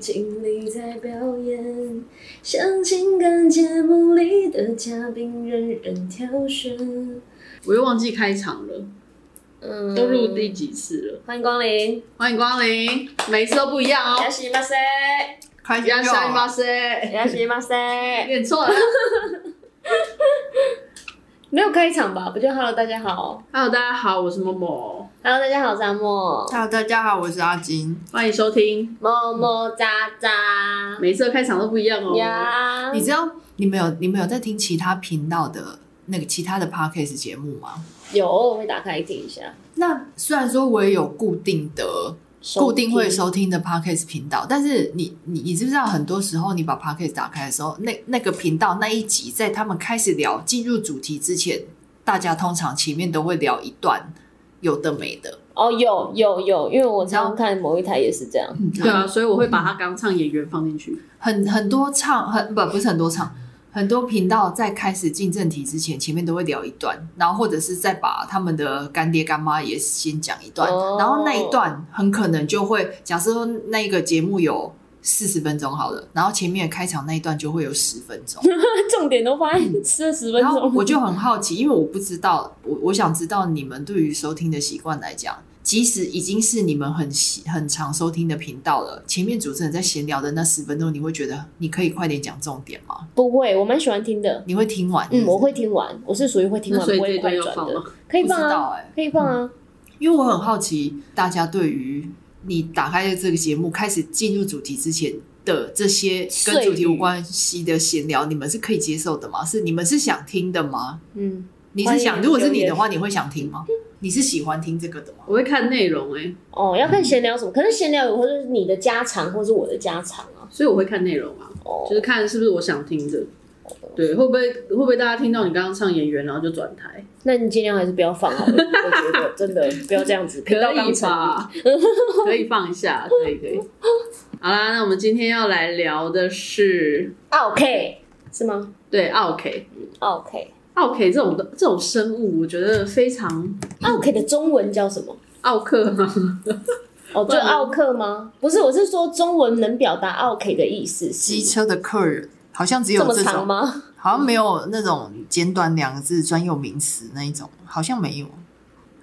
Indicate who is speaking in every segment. Speaker 1: 尽力在表演，像情感节目里的嘉宾，任人挑选。
Speaker 2: 我又忘记开场了，
Speaker 1: 嗯，
Speaker 2: 都录第几次了？
Speaker 1: 欢迎光临，
Speaker 2: 欢迎光临，每一次都不一样哦
Speaker 1: いら。っしゃいませ，
Speaker 3: 开
Speaker 2: いらっしゃいま
Speaker 1: い
Speaker 2: せ
Speaker 1: らっしゃいませ。
Speaker 2: 念错了。
Speaker 1: 没有开场吧？不就 Hello 大家好
Speaker 2: Hello，大家好，我是某某，
Speaker 1: ，Hello 大家好，沙漠，
Speaker 3: Hello，大家好，我是阿金。
Speaker 2: 欢迎收听。
Speaker 1: 么么喳喳
Speaker 2: 每一次的开场都不一样哦。
Speaker 1: 呀，
Speaker 3: 你知道你们有你们有在听其他频道的那个其他的 podcast 节目吗？
Speaker 1: 有我会打开听一下，
Speaker 3: 那虽然说我也有固定的、固定会
Speaker 1: 收
Speaker 3: 收听的 podcast 频道，但是你你你知不知道，很多时候你把 podcast 打开的时候，那那个频道那一集在他们开始聊进入主题之前，大家通常前面都会聊一段有的没的。
Speaker 1: 听哦，有有有，因为我常常看某一台也是这样，
Speaker 3: 嗯，
Speaker 2: 对啊，所以我会把他刚唱演员放进去。
Speaker 3: 很很多唱很不不是很多唱，很多频道在开始进正题之前，前面都会聊一段，然后或者是再把他们的干爹干妈也先讲一段，
Speaker 1: 哦
Speaker 3: 然后那一段很可能就会，假设说那个节目有四十分钟好了，然后前面的开场那一段就会有十分钟，
Speaker 1: 重点都放在吃了十分
Speaker 3: 然后
Speaker 1: 钟，
Speaker 3: 我就很好奇，因为我不知道，我我想知道你们对于收听的习惯来讲。即使已经是你们很喜很常收听的频道了，前面主持人在闲聊的那十分钟，你会觉得你可以快点讲重点吗？
Speaker 1: 不会，我蛮喜欢听的。
Speaker 3: 你会听完？
Speaker 1: 嗯，我会听完，我是属于会听
Speaker 2: 那
Speaker 1: 完
Speaker 2: 所以
Speaker 1: 不
Speaker 2: 这
Speaker 1: 会
Speaker 2: 一段
Speaker 1: 快
Speaker 2: 要
Speaker 1: 转
Speaker 2: 放
Speaker 1: 的
Speaker 2: 吗，？
Speaker 1: 可以
Speaker 3: 不知
Speaker 1: 放啊，
Speaker 3: 道哎、
Speaker 1: 可以放啊。
Speaker 3: 因为我很好奇大家对于你打开这个节目开始进入主题之前的这些跟主题无关系的闲聊，你们是可以接受的吗？是你们是想听的吗？
Speaker 1: 嗯，
Speaker 3: 你是
Speaker 1: 欢
Speaker 3: 想，
Speaker 1: 迎
Speaker 3: 如果是
Speaker 1: 留
Speaker 3: 你的
Speaker 1: 言
Speaker 3: 话，你会想听吗？你是喜欢听这个的吗？
Speaker 2: 我会看内容哎，
Speaker 1: 哦，要看闲聊什么，可是闲聊有或者是你的家常，或是我的家常啊。
Speaker 2: 所以我会看内容啊，
Speaker 1: 哦
Speaker 2: 就是看是不是我想听的。对，会不会会不会大家听到你刚刚唱演员，然后就转台？
Speaker 1: 那你尽量还是不要放好了，我 觉得真的不要这样子，
Speaker 2: 可
Speaker 1: 频道刚
Speaker 2: 以
Speaker 1: 成立。
Speaker 2: 吧？ 可以放一下，可以可以。好啦，那我们今天要来聊的是
Speaker 1: 啊 OK 是吗
Speaker 2: 对奥 K，
Speaker 1: 啊？OK
Speaker 2: 奥 K 这种的这种生物，我觉得非常
Speaker 1: 啊 OK 的中文叫什么？
Speaker 2: 奥克嘛。
Speaker 1: 哦，就
Speaker 2: 然呢
Speaker 1: 奥克吗？不是，我是说中文能表达奥 K 的意思是
Speaker 3: 机车的客人好像只有
Speaker 1: 这么
Speaker 3: 这
Speaker 1: 长
Speaker 3: 种，
Speaker 1: 吗？
Speaker 3: 好像没有那种简短两个字专有名词那一种，好像没有。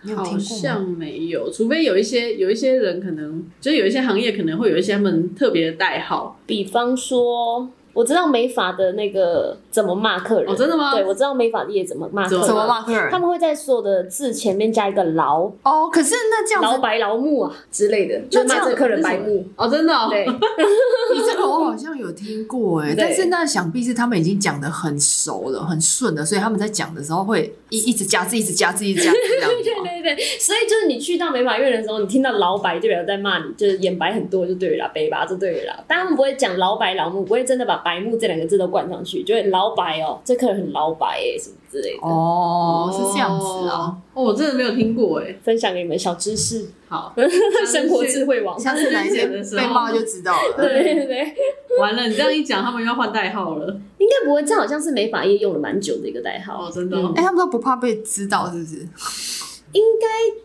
Speaker 3: 你有听
Speaker 2: 好
Speaker 3: 过吗？
Speaker 2: 像没有，除非有一些有一些人可能，就是有一些行业可能会有一些他们特别的代号。
Speaker 1: 比方说。我知道美法的那个怎么骂客人，
Speaker 2: 哦真的吗
Speaker 1: 对，我知道美法业怎么骂客人，
Speaker 3: 什么骂客
Speaker 1: 他
Speaker 3: 人？
Speaker 1: 们会在所有的字前面加一个“劳
Speaker 3: 哦，可是那这”，样
Speaker 1: 劳
Speaker 3: 子
Speaker 1: 白劳木啊之类的，就
Speaker 3: 那
Speaker 1: 骂这
Speaker 3: 这样
Speaker 1: 个客人
Speaker 3: 是
Speaker 1: 白
Speaker 3: 什么
Speaker 1: 目。
Speaker 2: 哦，真的、哦，
Speaker 1: 对，
Speaker 3: 你这个我好像有听过哎、
Speaker 1: 对
Speaker 3: 但是那想必是他们已经讲的很熟了、很顺了，所以他们在讲的时候会一一直加字、一直加字、一直加字这样子
Speaker 1: 对
Speaker 3: 吗。
Speaker 1: 对对，所以就是你去到美法院的时候，你听到老白就表示在骂你，就是眼白很多就对了啦，北吧就对了啦。但他们不会讲老白老木，不会真的把白木这两个字都冠上去，就会老白哦，这客人很老白哎、什么之类的。
Speaker 3: 哦，是这样子啊。
Speaker 2: 哦。哦，我真的没有听过哎。
Speaker 1: 分享给你们小知识，
Speaker 2: 好，
Speaker 1: 生活智慧网。
Speaker 3: 下次哪一天被骂就知 道了。
Speaker 1: 对对对，
Speaker 2: 完了，你这样一讲，他们又要换代号了。
Speaker 1: 应该不会，这好像是美法业用了蛮久的一个代号，嗯
Speaker 2: 哦，真的、哦
Speaker 3: 哎、他们都不怕被知道是不是？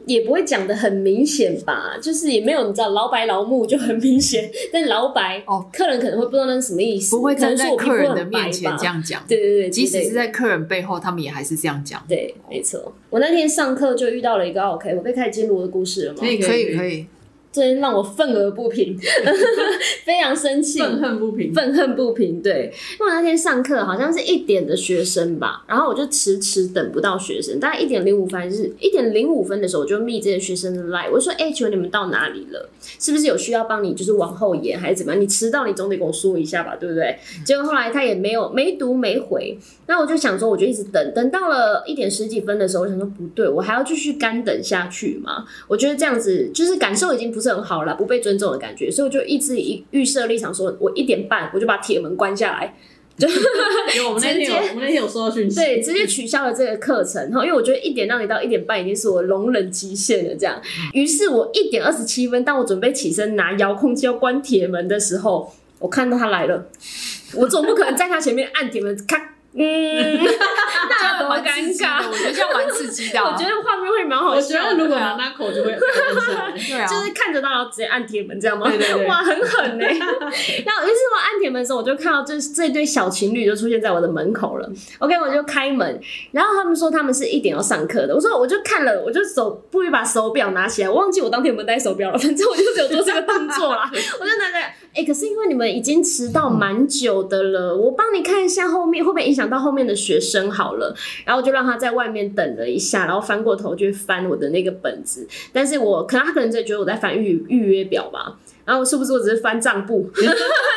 Speaker 1: 也不会讲的很明显吧，就是也没有你知道老白老木就很明显， 但老白
Speaker 3: 哦
Speaker 1: 客人可能会不知道那是什么意思，
Speaker 3: 不会
Speaker 1: 可能说
Speaker 3: 站在
Speaker 1: 我皮肤
Speaker 3: 客人的
Speaker 1: 很白
Speaker 3: 面前
Speaker 1: 吧
Speaker 3: 这样讲，
Speaker 1: 对对对，
Speaker 3: 即
Speaker 1: 之
Speaker 3: 使
Speaker 1: 类
Speaker 3: 是
Speaker 1: 的
Speaker 3: 在客人背后，他们也还是这样讲。
Speaker 1: 对，没错。我那天上课就遇到了一个哦 OK，我被开始进入我的故事了嘛
Speaker 2: 可，以
Speaker 3: 可
Speaker 2: 以
Speaker 3: 以
Speaker 2: 可
Speaker 3: 可，以，
Speaker 1: 这件让我愤而不平， 非常生气，
Speaker 2: 愤恨不平。
Speaker 1: 愤恨不平。对，因为我那天上课好像是一点的学生吧，然后我就迟迟等不到学生，大概一点零五分，是一点零五分的时候，我就密这些学生的 line，我就说：“哎、请问你们到哪里了？是不是有需要帮你，就是往后延还是怎么样？你迟到你总得跟我说一下吧，对不对？”结果后来他也没有没读没回，那我就想说，我就一直等，等到了一点十几分的时候，我想说不对，我还要继续干等下去嘛？我觉得这样子就是感受已经不是很好了，不被尊重的感觉，所以我就一直以预设立场说，我一点半我就把铁门关下来，
Speaker 2: 有我们那天有，我们那天有收到讯息。
Speaker 1: 对，直接取消了这个课程。哈，因为我觉得一点让你到一点半已经是我容忍极限了，这样。于是我一点二十七分，当我准备起身拿遥控器要关铁门的时候，我看 到他来了，我总不可能在他前面按铁门，咔。嗯，大
Speaker 3: 样蛮刺激
Speaker 1: 多尴
Speaker 3: 的，
Speaker 1: 尬
Speaker 3: 我觉得这样蛮刺激的、啊。
Speaker 1: 我觉得画面会蛮好
Speaker 2: 我觉
Speaker 1: 笑啊
Speaker 2: 得
Speaker 1: 的。
Speaker 2: 如 果拿那口就会很生气。
Speaker 3: 对啊，
Speaker 1: 就是看着大家直接按铁门这样吗？
Speaker 2: 对对对
Speaker 1: 哇，很狠欸 呢、然后于是我按铁门的时候，我就看到这这对小情侣就出现在我的门口了。OK，我就开门，然后他们说他们是一点要上课的。我说我就看了，我就手故意把手表拿起来，我忘记我当天有没有戴手表了，反正我就只有做这个动作啦。 我就拿着， 哎、可是因为你们已经迟到蛮久的了，我帮你看一下后面会不会影响到后面的学生好了。然后我就让他在外面等了一下，然后翻过头去翻我的那个本子，但是我可能他可能就觉得我在翻预预约表吧，然后是不是我只是翻账簿，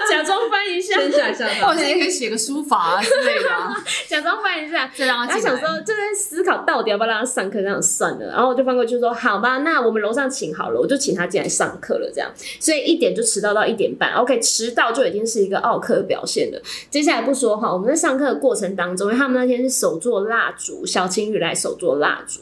Speaker 1: 假装翻一下，
Speaker 2: 先下一下
Speaker 3: 或
Speaker 2: 吧。
Speaker 3: 者你可以写个书法啊之类的、啊，
Speaker 1: 假装翻一下。
Speaker 3: 再让
Speaker 1: 然
Speaker 3: 他
Speaker 1: 后
Speaker 3: 进
Speaker 1: 想说
Speaker 3: 来。
Speaker 1: 就在思考到底要不要让他上课，这样算了。然后我就翻过去说：“好吧，那我们楼上请好了，我就请他进来上课了。”这样，所以一点就迟到到一点半。OK，迟到就已经是一个奥克的表现了。接下来不说哈，我们在上课的过程当中，因为他们那天是手做蜡烛，小情侣来手做蜡烛。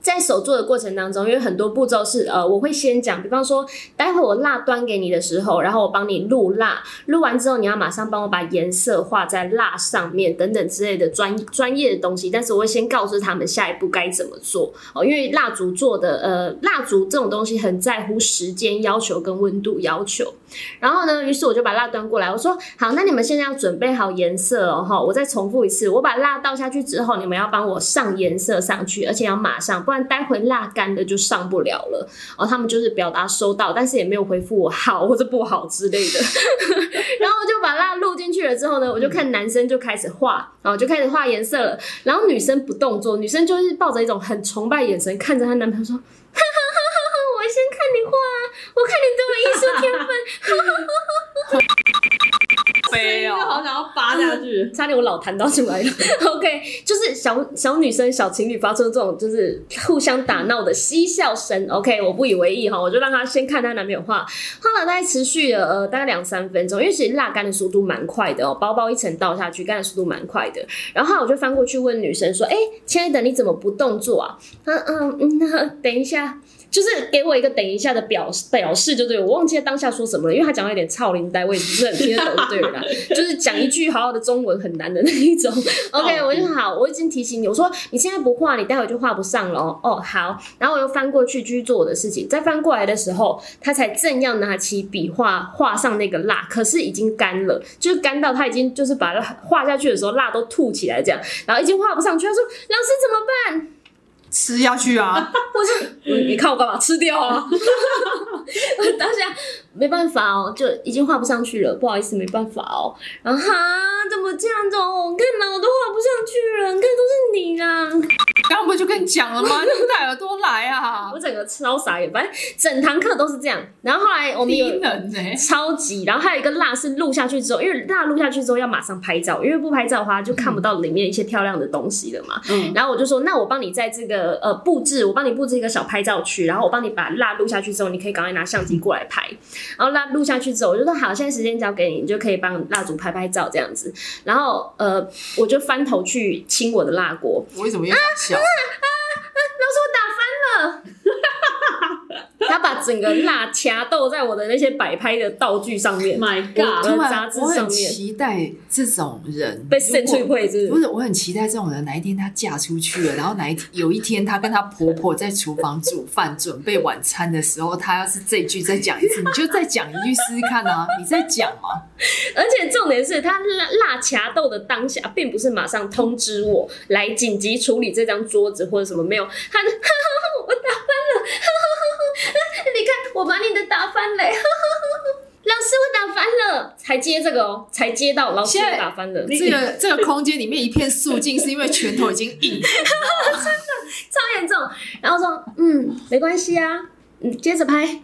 Speaker 1: 在手做的过程当中，因为很多步骤是呃，我会先讲，比方说，待会我蜡端给你的时候，然后我帮你录蜡，录完之后你要马上帮我把颜色画在蜡上面等等之类的专专业的东西，但是我会先告知他们下一步该怎么做哦，因为蜡烛做的呃，蜡烛这种东西很在乎时间要求跟温度要求，然后呢，于是我就把蜡端过来，我说好，那你们现在要准备好颜色哦，哈，我再重复一次，我把蜡倒下去之后，你们要帮我上颜色上去，而且要马上，不然待会蜡干的就上不了了。哦，他们就是表达收到，但是也没有回复我好或者不好之类的。 然后我就把蜡录进去了之后呢，我就看男生就开始画，然后就开始画颜色了，然后女生不动作，女生就是抱着一种很崇拜眼神看着她男朋友说。哈哈哈哈哈！我先看你画啊，我看你多有艺术天分，
Speaker 2: 真
Speaker 3: 飞
Speaker 2: 的
Speaker 3: 哦，
Speaker 2: 好想要拔下去。
Speaker 1: 差点我老谈到进来了。OK，就是小小女生、小情侣发出这种就是互相打闹的嬉笑声。OK，我不以为意哈，我就让她先看她男朋友画，画了大概持续了呃大概两三分钟，因为其实蜡干的速度蛮快的哦，包包一层倒下去，干的速度蛮快的。然后我就翻过去问女生说：“哎、亲爱的，你怎么不动作啊？”她嗯嗯，那等一下。就是给我一个等一下的表表示，就对了我忘记当下说什么了，因为他讲到有点操林呆，我也不是很听得懂，就对了啦。就是讲一句好好的中文很难的那一种。OK，我就好，我已经提醒你，我说你现在不画，你待会就画不上了哦。哦，好，然后我又翻过去继续做我的事情，再翻过来的时候，他才正要拿起笔画画上那个蜡，可是已经干了，就是干到他已经就是把它画下去的时候，蜡都吐起来这样，然后已经画不上去。他说：“老师怎么办？”
Speaker 3: 吃下 去啊，
Speaker 1: 我说嗯你你看我干嘛？吃掉啊！我 当下没办法哦，就已经画不上去了，不好意思，没办法哦。然后哈、怎么这样子哦？你看嘛，我都画不上去了，你看都是你啦。
Speaker 3: 刚刚不就跟你讲了吗？你们带耳朵来啊
Speaker 1: 我，整个超傻眼，反正整堂课都是这样。然后后来我们有
Speaker 3: 低能呢、
Speaker 1: 超级，然后还有一个蜡是录下去之后，因为蜡录下去之后要马上拍照，因为不拍照的话就
Speaker 3: 嗯
Speaker 1: 看不到里面一些漂亮的东西了嘛。
Speaker 2: 嗯，
Speaker 1: 然后我就说，那我帮你在这个呃布置，我帮你布置一个小拍照区，然后我帮你把蜡录下去之后，你可以赶快拿相机过来拍。然后蜡录下去之后，我就说好，现在时间交给你，你就可以帮蜡烛拍拍照这样子。然后呃，我就翻头去亲我的蜡锅，
Speaker 3: 我为什么又想笑？
Speaker 1: 他把整个蜡掐斗在我的那些摆拍的道具上面
Speaker 2: My
Speaker 1: 我
Speaker 2: God，
Speaker 1: 突
Speaker 3: 突
Speaker 1: 然
Speaker 3: 然，我很期待这种人
Speaker 1: 被扇出
Speaker 3: 如果
Speaker 1: 会是不
Speaker 3: 不
Speaker 1: 是？
Speaker 3: 是，我很期待这种人哪一天她嫁出去了，然后哪一有一天她跟她婆婆在厨房煮饭准备晚餐的时候，她要是这句再讲一次，你就再讲一句试试看啊，你再讲 嘛。
Speaker 1: 而且重点是他蜡蜡掐斗的当下，并不是马上通知我来紧急处理这张桌子或者什么，没有，他就 我打翻了， 你看我把你的打翻嘞。 老师，我打翻了，才接这个哦，才接到老师
Speaker 3: 现
Speaker 1: 我
Speaker 3: 在
Speaker 1: 打翻了，啊
Speaker 3: 这个这个空间里面一片肃静，是因为拳头已经硬了。
Speaker 1: 超严重。然后说，嗯，没关系啊，嗯，接着拍。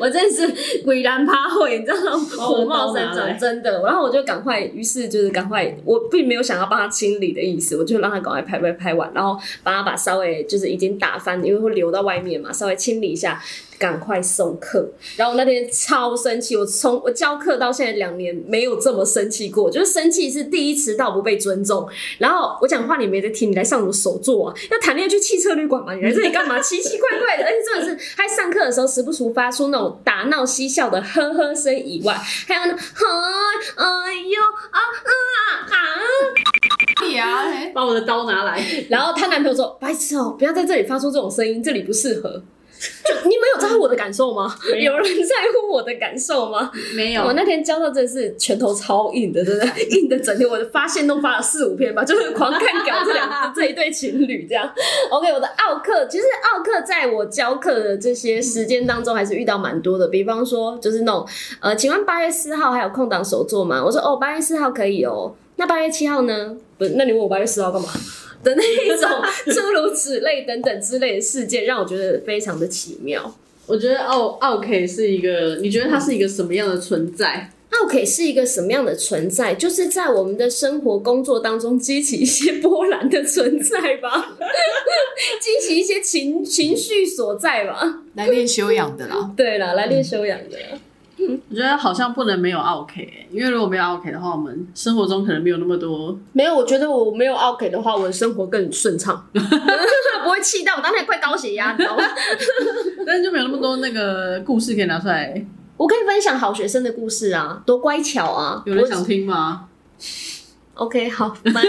Speaker 1: 我真是鬼然趴会，你知道吗？
Speaker 2: 把我
Speaker 1: 火
Speaker 2: 的
Speaker 1: 冒
Speaker 2: 刀
Speaker 1: 三
Speaker 2: 拿来
Speaker 1: 丈，真的。然后我就赶快，于是就是赶快，我并没有想要帮他清理的意思，我就让他赶快拍拍拍完，然后帮他把稍微就是已经打翻，因为会流到外面嘛，稍微清理一下，赶快送客。然后我那天超生气，我从我教课到现在两年没有这么生气过，就是生气是第一迟到不被尊重，然后我讲话你没在听，你来上什么手座啊？要谈恋爱去汽车旅馆吗？你来这里干 嘛？奇奇怪怪的，而且真的是，还上课的时候时不时发出那种打闹嬉笑的呵呵声以外，还有那种哼哎呦啊啊啊！
Speaker 3: 里啊？哎
Speaker 2: 把我的刀拿来，
Speaker 1: 然后她男朋友说：“白痴哦、不要在这里发出这种声音，这里不适合。”就你们有在乎我的感受吗？
Speaker 2: 没有
Speaker 1: 有人在乎我的感受吗？
Speaker 2: 没
Speaker 1: 我
Speaker 2: 有，
Speaker 1: 那天教到真的是拳头超硬的，真的硬的整天，我的发现都发了四五篇吧，就是狂看稿这两这一对情侣这样。OK，我的 奥克其实奥克在我教课的这些时间当中还是遇到蛮多的，比方说就是那种呃，请问八月四号还有空档手作吗？我说哦，八月四号可以哦，那八月七号呢？不，那你问我八月四号干嘛？的那一种 诸如此类等等之类的事件，让我觉得非常的奇妙。
Speaker 2: 我觉得奥奥 K 是一个，你觉得它是一个什么样的存在？
Speaker 1: 奥 K 是一个什么样的存在？就是在我们的生活、工作当中激起一些波澜的存在 吧，激起一些情情绪所在吧。
Speaker 3: 来练修养的啦。
Speaker 1: 对了，来练修养的，
Speaker 2: 我觉得好像不能没有奥 K，、因为如果没有奥 K 的话，我们生活中可能没有那么多。
Speaker 1: 没有，我觉得我没有奥 K 的话，我的生活更顺畅， 不会气到我当天快高血压，你知道吗？
Speaker 2: 但是就没有那么多那个故事可以拿出来，
Speaker 1: 我可以分享好学生的故事啊，多乖巧啊！
Speaker 2: 有人
Speaker 1: 我
Speaker 2: 想听吗？
Speaker 1: OK 好，来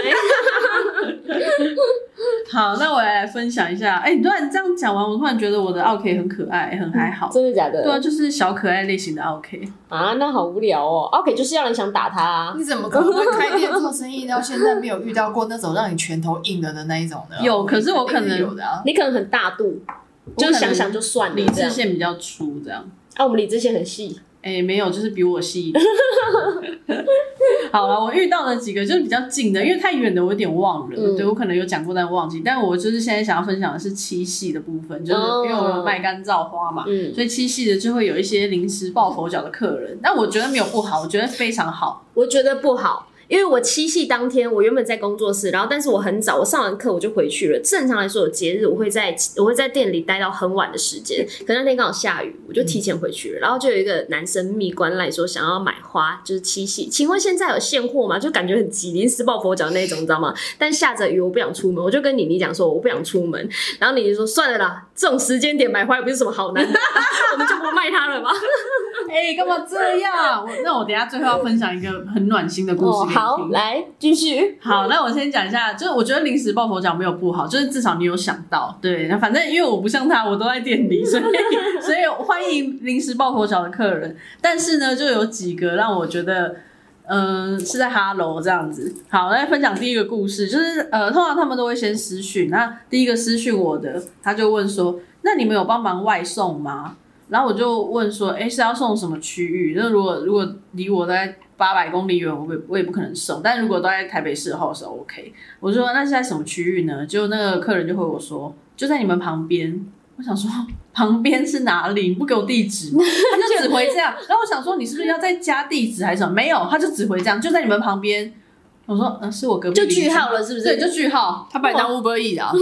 Speaker 2: 好，那我来分享一下。哎、你突然这样讲完，我突然觉得我的奥 K 很可爱，很还好。
Speaker 1: 真的假
Speaker 2: 对啊，
Speaker 1: 的？
Speaker 2: 就是小可爱类型的奥 K。
Speaker 1: 啊，那好无聊哦。奥 K 就是要人想打他、啊，
Speaker 3: 你怎么可能会开店做生意到现在没有遇到过那种让你拳头硬了的那一种呢？
Speaker 2: 有可是我可能
Speaker 3: 肯定有的啊。
Speaker 1: 你可能很大度，
Speaker 2: 可
Speaker 1: 就
Speaker 2: 能
Speaker 1: 是想想就算了
Speaker 2: 理
Speaker 1: 这
Speaker 2: 智
Speaker 1: 样。
Speaker 2: 线比较粗，这样。
Speaker 1: 啊，我们理智线很细。
Speaker 2: 哎、没有，就是比 我细一点。好了，我遇到了几个就是比较近的，因为太远的我有点忘了，
Speaker 1: 嗯
Speaker 2: 对我可能有讲过，但忘记。但我就是现在想要分享的是七系的部分，就是
Speaker 1: 哦
Speaker 2: 因为我有卖干燥花嘛，
Speaker 1: 嗯，
Speaker 2: 所以七系的就会有一些临时抱佛脚的客人，但我觉得没有不好，我觉得非常好。
Speaker 1: 我觉得不好。因为我七夕当天，我原本在工作室，然后但是我很早，我上完课我就回去了。正常来说，我节日我会在我会在店里待到很晚的时 间，可那天刚好下雨，我就提前回去了。然后就有一个男生蜜官来说想要买花，就是七夕，请问现在有现货吗？就感觉很急，临时抱佛脚那种，你知道吗？ 但下着雨，我不想出门，我就跟妮妮讲说我不想出门，然后妮妮说算了啦，这种时间点买花也不是什么好难的， 我们就不卖它了吧。
Speaker 2: 哎、干嘛这样？我那我等一下最后要分享一个很暖心的故事给你
Speaker 1: 哦
Speaker 2: 听。
Speaker 1: 好，来继续。
Speaker 2: 好，那我先讲一下，就是我觉得临时抱佛脚没有不好，就是至少你有想到，对，那反正因为我不像他，我都在店里，所以所以欢迎临时抱佛脚的客人。但是呢，就有几个让我觉得，嗯、是在哈喽这样子。好，来分享第一个故事，就是呃，通常他们都会先私讯，那第一个私讯我的，他就问说，那你们有帮忙外送吗？然后我就问说，哎，是要送什么区域？那如果如果离我大概八百公里远，我也我也不可能送。但如果都在台北市的话，我是 OK。我就说那是在什么区域呢？就那个客人就回我说，就在你们旁边。我想说 旁边是哪里？你不给我地址，他就只回这样。然后我想说你是不是要再加地址还是什么？没有，他就只回这样，就在你们旁边。我说嗯、呃是我隔壁
Speaker 1: 就
Speaker 2: 邻居
Speaker 1: 句号了，是不是？
Speaker 2: 对，就句号。
Speaker 3: 他把你当 Uber E 啊，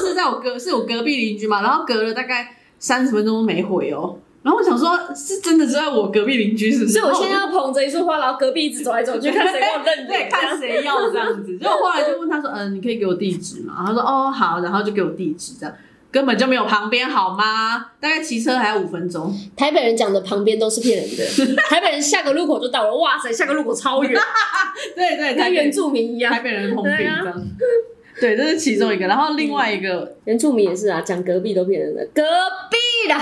Speaker 2: 是在我隔是我隔壁邻居嘛，然后隔了大概三十分钟都没回哦。然后我想说，是真的就在我隔壁邻居是不是？
Speaker 1: 所以我现在要捧着一束花，然后隔壁一直走来走去，看谁给我认
Speaker 2: 对
Speaker 1: 领。
Speaker 2: 看谁要这样 子。就后来就问他说，嗯，你可以给我地址吗？然后他说哦好，然后就给我地址这样。根本就没有旁边好吗？大概骑车还要五分钟，
Speaker 1: 台北人讲的旁边都是骗人的，台北人下个路口就到了，哇塞，下个路口超远，
Speaker 2: 对对，台
Speaker 1: 跟原
Speaker 2: 北
Speaker 1: 住民一
Speaker 2: 台
Speaker 1: 样。
Speaker 2: 北人通病这
Speaker 1: 对啊
Speaker 2: 样。对，这是其中一个。然后另外一 个
Speaker 1: 原住民也是啊，讲隔壁都骗人的，隔壁的，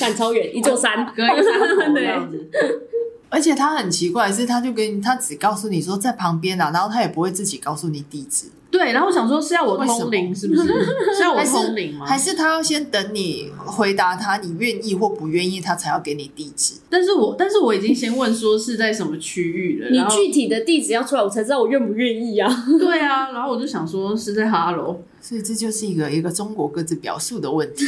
Speaker 1: 看超远，一座 山。
Speaker 2: 隔一个山头这
Speaker 1: 对
Speaker 2: 样子，
Speaker 3: 而且他很奇怪，是他就给你，他只告诉你说在旁边啊，然后他也不会自己告诉你地址，
Speaker 2: 对。然后我想说是要我
Speaker 3: 为什么
Speaker 2: 通灵是不是？是要我
Speaker 3: 还是
Speaker 2: 通
Speaker 1: 嗯
Speaker 2: 灵吗？
Speaker 3: 还是他要先等你回答他，你愿意或不愿意，他才要给你地址。
Speaker 2: 但是我但是我已经先问说是在什么区域了，
Speaker 1: 你
Speaker 2: 然后
Speaker 1: 具体的地址要出来，我才知道我愿不愿意啊。
Speaker 2: 对啊，然后我就想说是在哈喽，
Speaker 3: 所以这就是一个一个中国各自表述的问 题。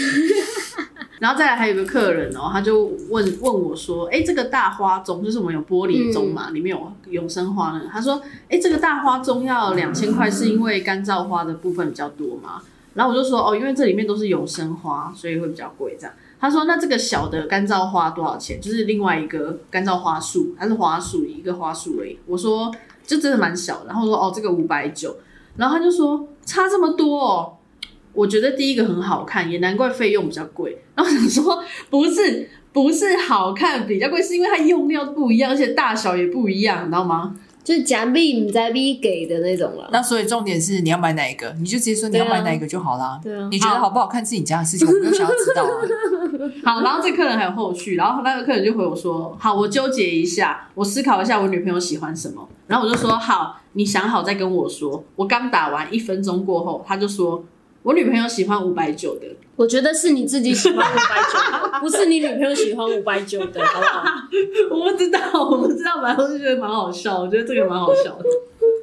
Speaker 2: 然后再来还有一个客人哦，他就问问我说，哎，这个大花钟就是我们有玻璃钟嘛，里面有永生花呢，他说，哎，这个大花钟要两千块，是因为干燥花的部分比较多嘛，然后我就说哦，因为这里面都是永生花，所以会比较贵这样。他说那这个小的干燥花多少钱？就是另外一个干燥花束，它是花束一个花束而已。我说就真的蛮小的，然后我说哦这个五百九，然后他就说差这么多哦。我觉得第一个很好看，也难怪费用比较贵。 然后我想说不是不是好看比较贵，是因为它用料不一样，而且大小也不一样，你知道吗？
Speaker 1: 就是假币唔假币给的那种啊了。
Speaker 3: 那所以重点是你要买哪一个，你就直接说你要买哪一个就好啦。
Speaker 1: 对啊
Speaker 3: 你觉得好不好看是你家的事情，我没有想要知道 啊。
Speaker 2: 好，然后这客人还有后续，然后那个客人就回我说：“好，我纠结一下，我思考一下我女朋友喜欢什么。”然后我就说：“好，你想好再跟我说。”我刚打完一分钟过后，他就说：“我女朋友喜欢五百九的。
Speaker 1: 我觉得是你自己喜欢五百九 的，不是你女朋友喜欢五百九的，好不好？”
Speaker 2: 我不知道，我不知道，反正我就觉得蛮好笑，我觉得这个蛮好笑的。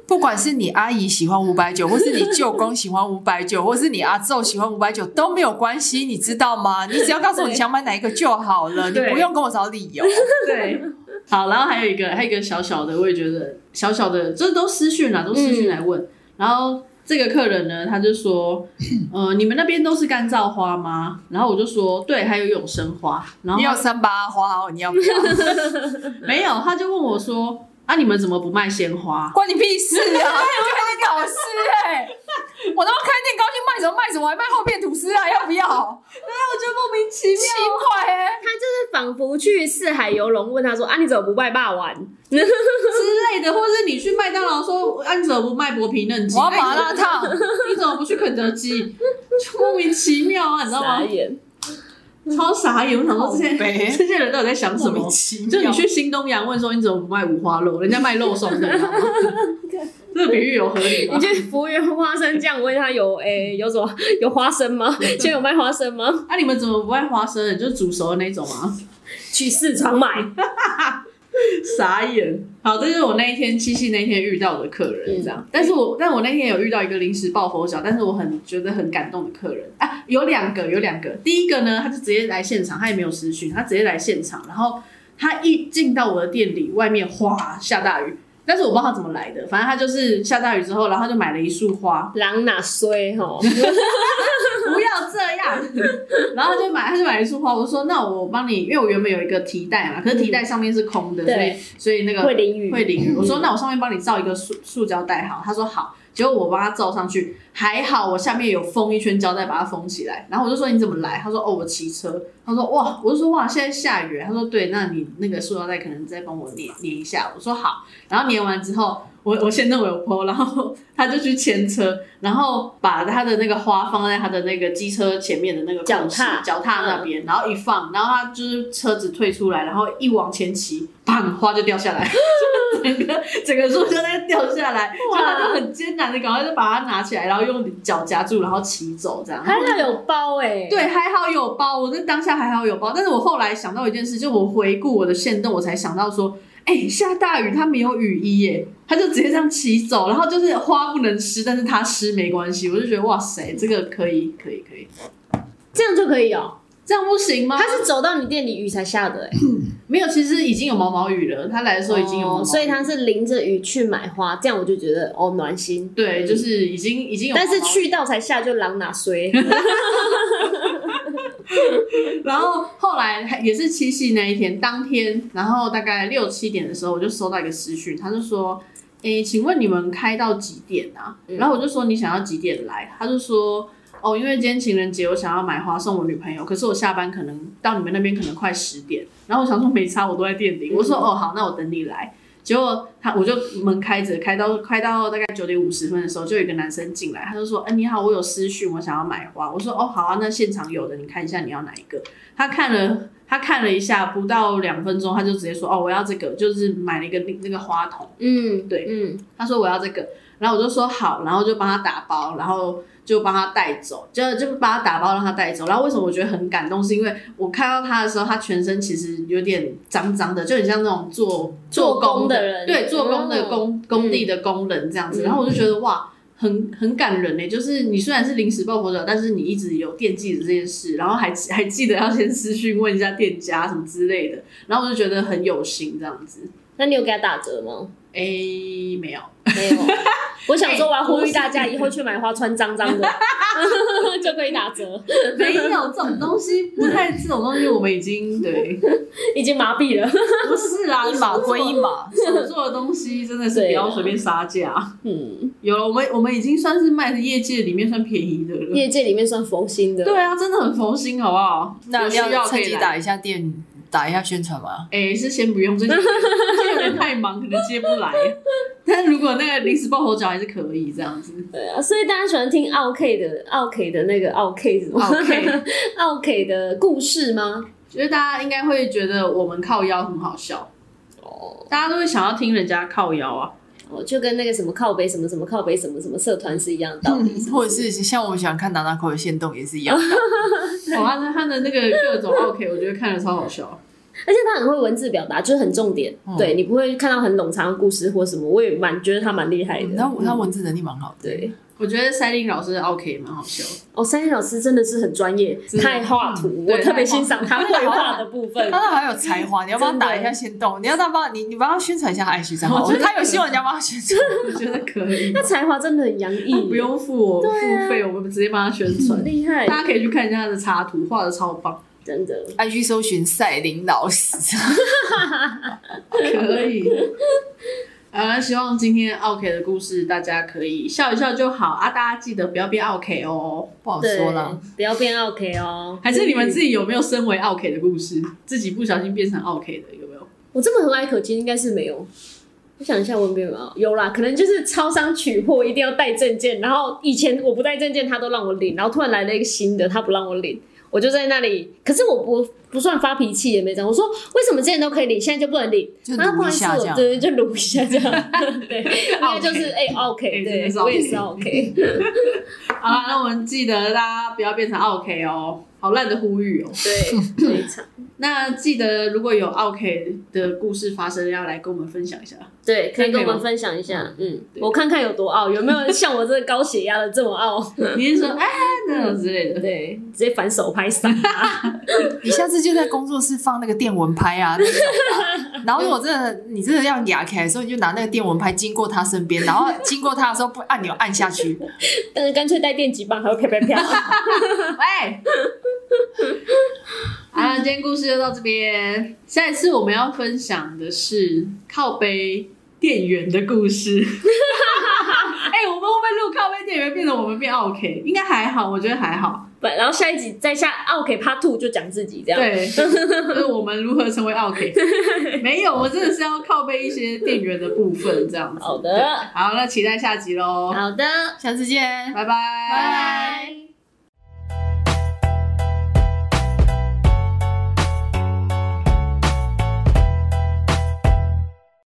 Speaker 3: 不管是你阿姨喜欢五百九，或是你舅公喜欢五百九，或是你阿昼喜欢五百九都没有关系，你知道吗？你只要告诉我你想买哪一个就好了，你
Speaker 2: 对
Speaker 3: 不用跟我找理由。
Speaker 2: 对，好，然后还有一个，还有一个小小的，我也觉得小小的，这都私讯啦，都私讯来问。
Speaker 3: 嗯
Speaker 2: 然后这个客人呢，他就 说，呃，你们那边都是干燥花吗？然后我就说，对，还有永生花。然后
Speaker 3: 你
Speaker 2: 他
Speaker 3: 有三八花哦，你要不要？
Speaker 2: 没有，他就问我说，啊，你们怎么不卖鲜花？
Speaker 3: 关你屁事啊！你 还在搞事哎、我他妈开店高兴卖什么卖什么，还卖厚片吐司啊？要不要？
Speaker 2: 我就莫名其
Speaker 3: 奇怪哎、
Speaker 1: 他就是 仿佛去四海游龙，问他说：“啊，你怎么不拜霸王？”
Speaker 2: 之类的，或者是你去麦当劳说，啊，你怎么不卖薄皮嫩鸡？
Speaker 3: 我要麻辣
Speaker 2: 哎
Speaker 3: 烫。
Speaker 2: 你怎么不去肯德基？ 就莫名其妙啊，你知道吗
Speaker 1: 傻？眼，
Speaker 2: 超傻眼，我想说这些
Speaker 3: 好悲
Speaker 2: 这些人到底在想什
Speaker 3: 莫
Speaker 2: 么
Speaker 3: 名其？妙
Speaker 2: 就你去新东阳问说你怎么不卖五花肉，人家卖肉松的，你知道吗这个比喻有合理吗
Speaker 1: 你？去服务员花生酱问他有 诶、有什么有花生吗？就有卖花生吗？
Speaker 2: 啊，你们怎么不卖花生？就是煮熟的那种啊吗？
Speaker 1: 去市场买。
Speaker 2: 傻眼。好，这就是我那一天七夕那天遇到的客人，这样。但是我但我那天有遇到一个临时抱佛脚，但是我很觉得很感动的客人啊，有两个，有两个。第一个呢，他就直接来现场，他也没有私讯，他直接来现场，然后他一进到我的店里，外面哗下大雨。但是我不知道他怎么来的，反正他就是下大雨之后，然后他就买了一束花，
Speaker 1: 狼哪衰吼？
Speaker 2: 不要这样。 然后他就买，他就买了一束花。我说那我帮你，因为我原本有一个提袋嘛，可是提袋上面是空的，
Speaker 1: 嗯
Speaker 2: 所以
Speaker 1: 对
Speaker 2: 所以那个
Speaker 1: 会淋雨
Speaker 2: 会淋雨。我说那我上面帮你罩一个塑塑胶袋好，他说好。结果我帮他罩上去，还好我下面有封一圈胶带把它封起来。然后我就说你怎么来？他说哦我骑车。他说哇，我就说哇现在下雨。欸他说对，那你那个塑胶袋可能再帮我粘粘一下。我说好。然后粘完之后，我我先认为有剖，然后 他就去牵车，然后把他的那个花放在他的那个机车前面的那个
Speaker 1: 脚
Speaker 2: 空隙
Speaker 1: 踏嗯
Speaker 2: 脚踏那边，然后一放，然后他就是车子退出来，然后一往前骑，砰，花就掉下来，整个整个树就在掉下来，所以他就很艰难的赶快就把它拿起来，然后用脚夹住，然后骑走这样。
Speaker 1: 还好有包诶、
Speaker 2: 对，还好有包，我在当下还好有包，但是我后来想到一件事，就我回顾我的线动，我才想到说，哎、下大雨他没有雨衣耶，他就直接这样骑走，然后就是花不能湿，但是他湿没关系，我就觉得哇塞，这个可以，可以，可以，
Speaker 1: 这样就可以哦、
Speaker 2: 这样不行吗？
Speaker 1: 他是走到你店里雨才下的诶、
Speaker 2: 没有，其实已经有毛毛雨了，他来的时候已经有毛毛雨，
Speaker 1: 哦所以他是淋着雨去买花，这样我就觉得哦暖心。
Speaker 2: 对，就是已经已经有毛
Speaker 1: 但
Speaker 2: 毛雨，
Speaker 1: 是去到才下就狼哪衰，
Speaker 2: 然后后来也是七夕那一天，当天，然后大概六七点的时候，我就收到一个私讯，他就说：“诶，请问你们开到几点啊？”然后我就说：“你想要几点来？”他就说：“哦，因为今天情人节，我想要买花送我女朋友，可是我下班可能到你们那边可能快十点。”然后我想说没差，我都在店里。我说：“哦，好，那我等你来。”结果他我就门开着，开到开到大概九点五十分的时候，就有一个男生进来，他就说：“哎、你好，我有私讯，我想要买花。”我说：“哦，好啊，那现场有的，你看一下你要哪一个。”他看了，他看了一下，不到两分钟，他就直接说：“哦，我要这个。”就是买了一个那那个花筒，
Speaker 1: 嗯，
Speaker 2: 对
Speaker 1: 嗯，
Speaker 2: 他说我要这个，然后我就说好，然后就帮他打包，然后就帮他带走，就就帮他打包让他带走。然后为什么我觉得很感动，是因为我看到他的时候，他全身其实有点脏脏的，就很像那种做
Speaker 1: 做工
Speaker 2: 工
Speaker 1: 的人
Speaker 2: 对，做工的
Speaker 1: 哦
Speaker 2: 工、工地的工人这样子。
Speaker 1: 嗯
Speaker 2: 然后我就觉得哇。很很感人呢、就是你虽然是临时抱佛脚，但是你一直有惦记着这件事，然后还还记得要先私讯问一下店家什么之类的，然后我就觉得很有心这样子。
Speaker 1: 那你有给他打折吗？
Speaker 2: 诶、没有，
Speaker 1: 没 有。我想说，我要呼吁大家以后去买花穿脏脏的 就可以打折，
Speaker 2: 没有这种东西，不太这种东西，我们已经 对，
Speaker 1: 已经麻痹了。
Speaker 2: 不是啦，
Speaker 3: 一码归一码，
Speaker 2: 手做的东西真的是不要随便杀
Speaker 3: 啊
Speaker 2: 价。
Speaker 1: 嗯，
Speaker 2: 有了，我们我们已经算是卖的业界里面算便宜的 了。啊
Speaker 1: 业界里面算佛心的，
Speaker 2: 对啊，真的很佛心，好不好？
Speaker 3: 那
Speaker 2: 有需要
Speaker 3: 要
Speaker 2: 可
Speaker 3: 趁
Speaker 2: 以
Speaker 3: 机
Speaker 2: 来
Speaker 3: 打一下店打一下宣传吗？
Speaker 2: 哎、是先不用， 这个这个有点太忙，可能接不来。 但如果那个临时抱佛脚还是可以这样 子。
Speaker 1: 对啊，所以大家喜欢听奥 K 的奥 K 的那个奥 K 什么
Speaker 3: 奥 K
Speaker 1: 奥 K 的故事吗？
Speaker 2: 觉得大家应该会觉得我们靠腰很好笑，
Speaker 1: 哦，
Speaker 2: 大家都会想要听人家靠腰啊。
Speaker 1: 哦，就跟那个什么靠北什么什么靠北什么什么社团是一样的道理。
Speaker 3: 或者是像我们想看达达口的线动也是一 样，
Speaker 2: 哦，他的他的那个各种 OK，我觉得看了超好笑。
Speaker 1: 而且他很会文字表达，就是很重点。
Speaker 3: 嗯
Speaker 1: 对你不会看到很冗长的故事或什么，我也蛮觉得他蛮厉害的。
Speaker 3: 他他文字能力蛮好的。
Speaker 1: 对，
Speaker 2: 我觉得赛琳老师的 OK 蛮好笑，
Speaker 1: 哦，三一老师真的是很专业，
Speaker 2: 的
Speaker 1: 太画图，
Speaker 2: 嗯
Speaker 1: 我
Speaker 2: 对
Speaker 1: 特别欣赏他绘画的部分
Speaker 3: 他。那还有才华，你要帮他打一下先动，你要他帮你你帮他宣传一下爱学长好
Speaker 2: 我觉
Speaker 3: 了，
Speaker 2: 得
Speaker 3: 他有新闻你要帮他宣传。
Speaker 2: 我觉得可以
Speaker 1: 他。才华真的很洋溢，
Speaker 2: 不用付我付费，我们直接帮他宣传
Speaker 1: 很。厉害，
Speaker 2: 大家可以去看一下他的插图，画的超棒，
Speaker 1: 真的。
Speaker 3: IG 搜寻赛琳老师，
Speaker 2: 可以。呃，希望今天 OK 的故事大家可以笑一笑就好啊！大家记得不要变 OK 哦。
Speaker 3: 不好
Speaker 1: 对
Speaker 3: 说啦。，
Speaker 1: 不要变 OK 哦。
Speaker 2: 还是你们自己有没有身为 OK 的故事，自己不小心变成 OK 的有没有？
Speaker 1: 我这么和蔼可亲，应该是没有。我想一下，我有没有啊有啦，可能就是超商取货一定要带证件，然后以前我不带证件，他都让我领，然后突然来了一个新的，他不让我领，我就在那里。可是我不不算发脾气，也没讲，我说为什么之前都可以领，现在就不能领？
Speaker 3: 就
Speaker 1: 然后不
Speaker 3: 撸
Speaker 1: 好
Speaker 3: 一
Speaker 1: 意思，
Speaker 3: 下这
Speaker 1: 我
Speaker 3: 样。
Speaker 1: 对就撸一下这样， 对，应该就是哎 OK，
Speaker 2: 哎真的是
Speaker 1: 对，我也是 OK，
Speaker 2: OK 好啦，那我们记得大家不要变成 OK 哦，好烂的呼吁哦。
Speaker 1: 对，非常
Speaker 2: 那记得如果有 OK 的故事发生，要来跟我们分享一下。
Speaker 1: 对，可以跟我
Speaker 2: 可以
Speaker 1: 们
Speaker 2: 吗
Speaker 1: 分享一下，嗯，
Speaker 2: 对
Speaker 1: 我看看有多傲，有没有像我这个高血压的这么傲？
Speaker 2: 你是说哎那种之 类的？
Speaker 1: 对，直接反手拍散。
Speaker 3: 你下次就在工作室放那个电蚊拍啊，那种啊然后如果真的你真的要压起来的时候，你就拿那个电蚊拍经过他身边，然后经过他的时候不按钮按下去，
Speaker 1: 但是干脆带电击棒，还会啪啪 啪。
Speaker 2: 喂， 啊，今天故事就到这边。下一次我们要分享的是靠背店员的故事。 哎、我们会不会录靠背店员变得我们变 OK？应该还好，我觉得还好。
Speaker 1: 不，然后下一集再下 OK Part Two 就讲自己这样。，
Speaker 2: 对，就是我们如何成 为 OK。没有，我真的是要靠背一些店员的部分这样子。
Speaker 1: 好
Speaker 2: 对
Speaker 1: 的，
Speaker 2: 好，那期待下集喽，
Speaker 1: 好的，
Speaker 3: 下次见。
Speaker 2: 拜拜，拜
Speaker 1: 拜。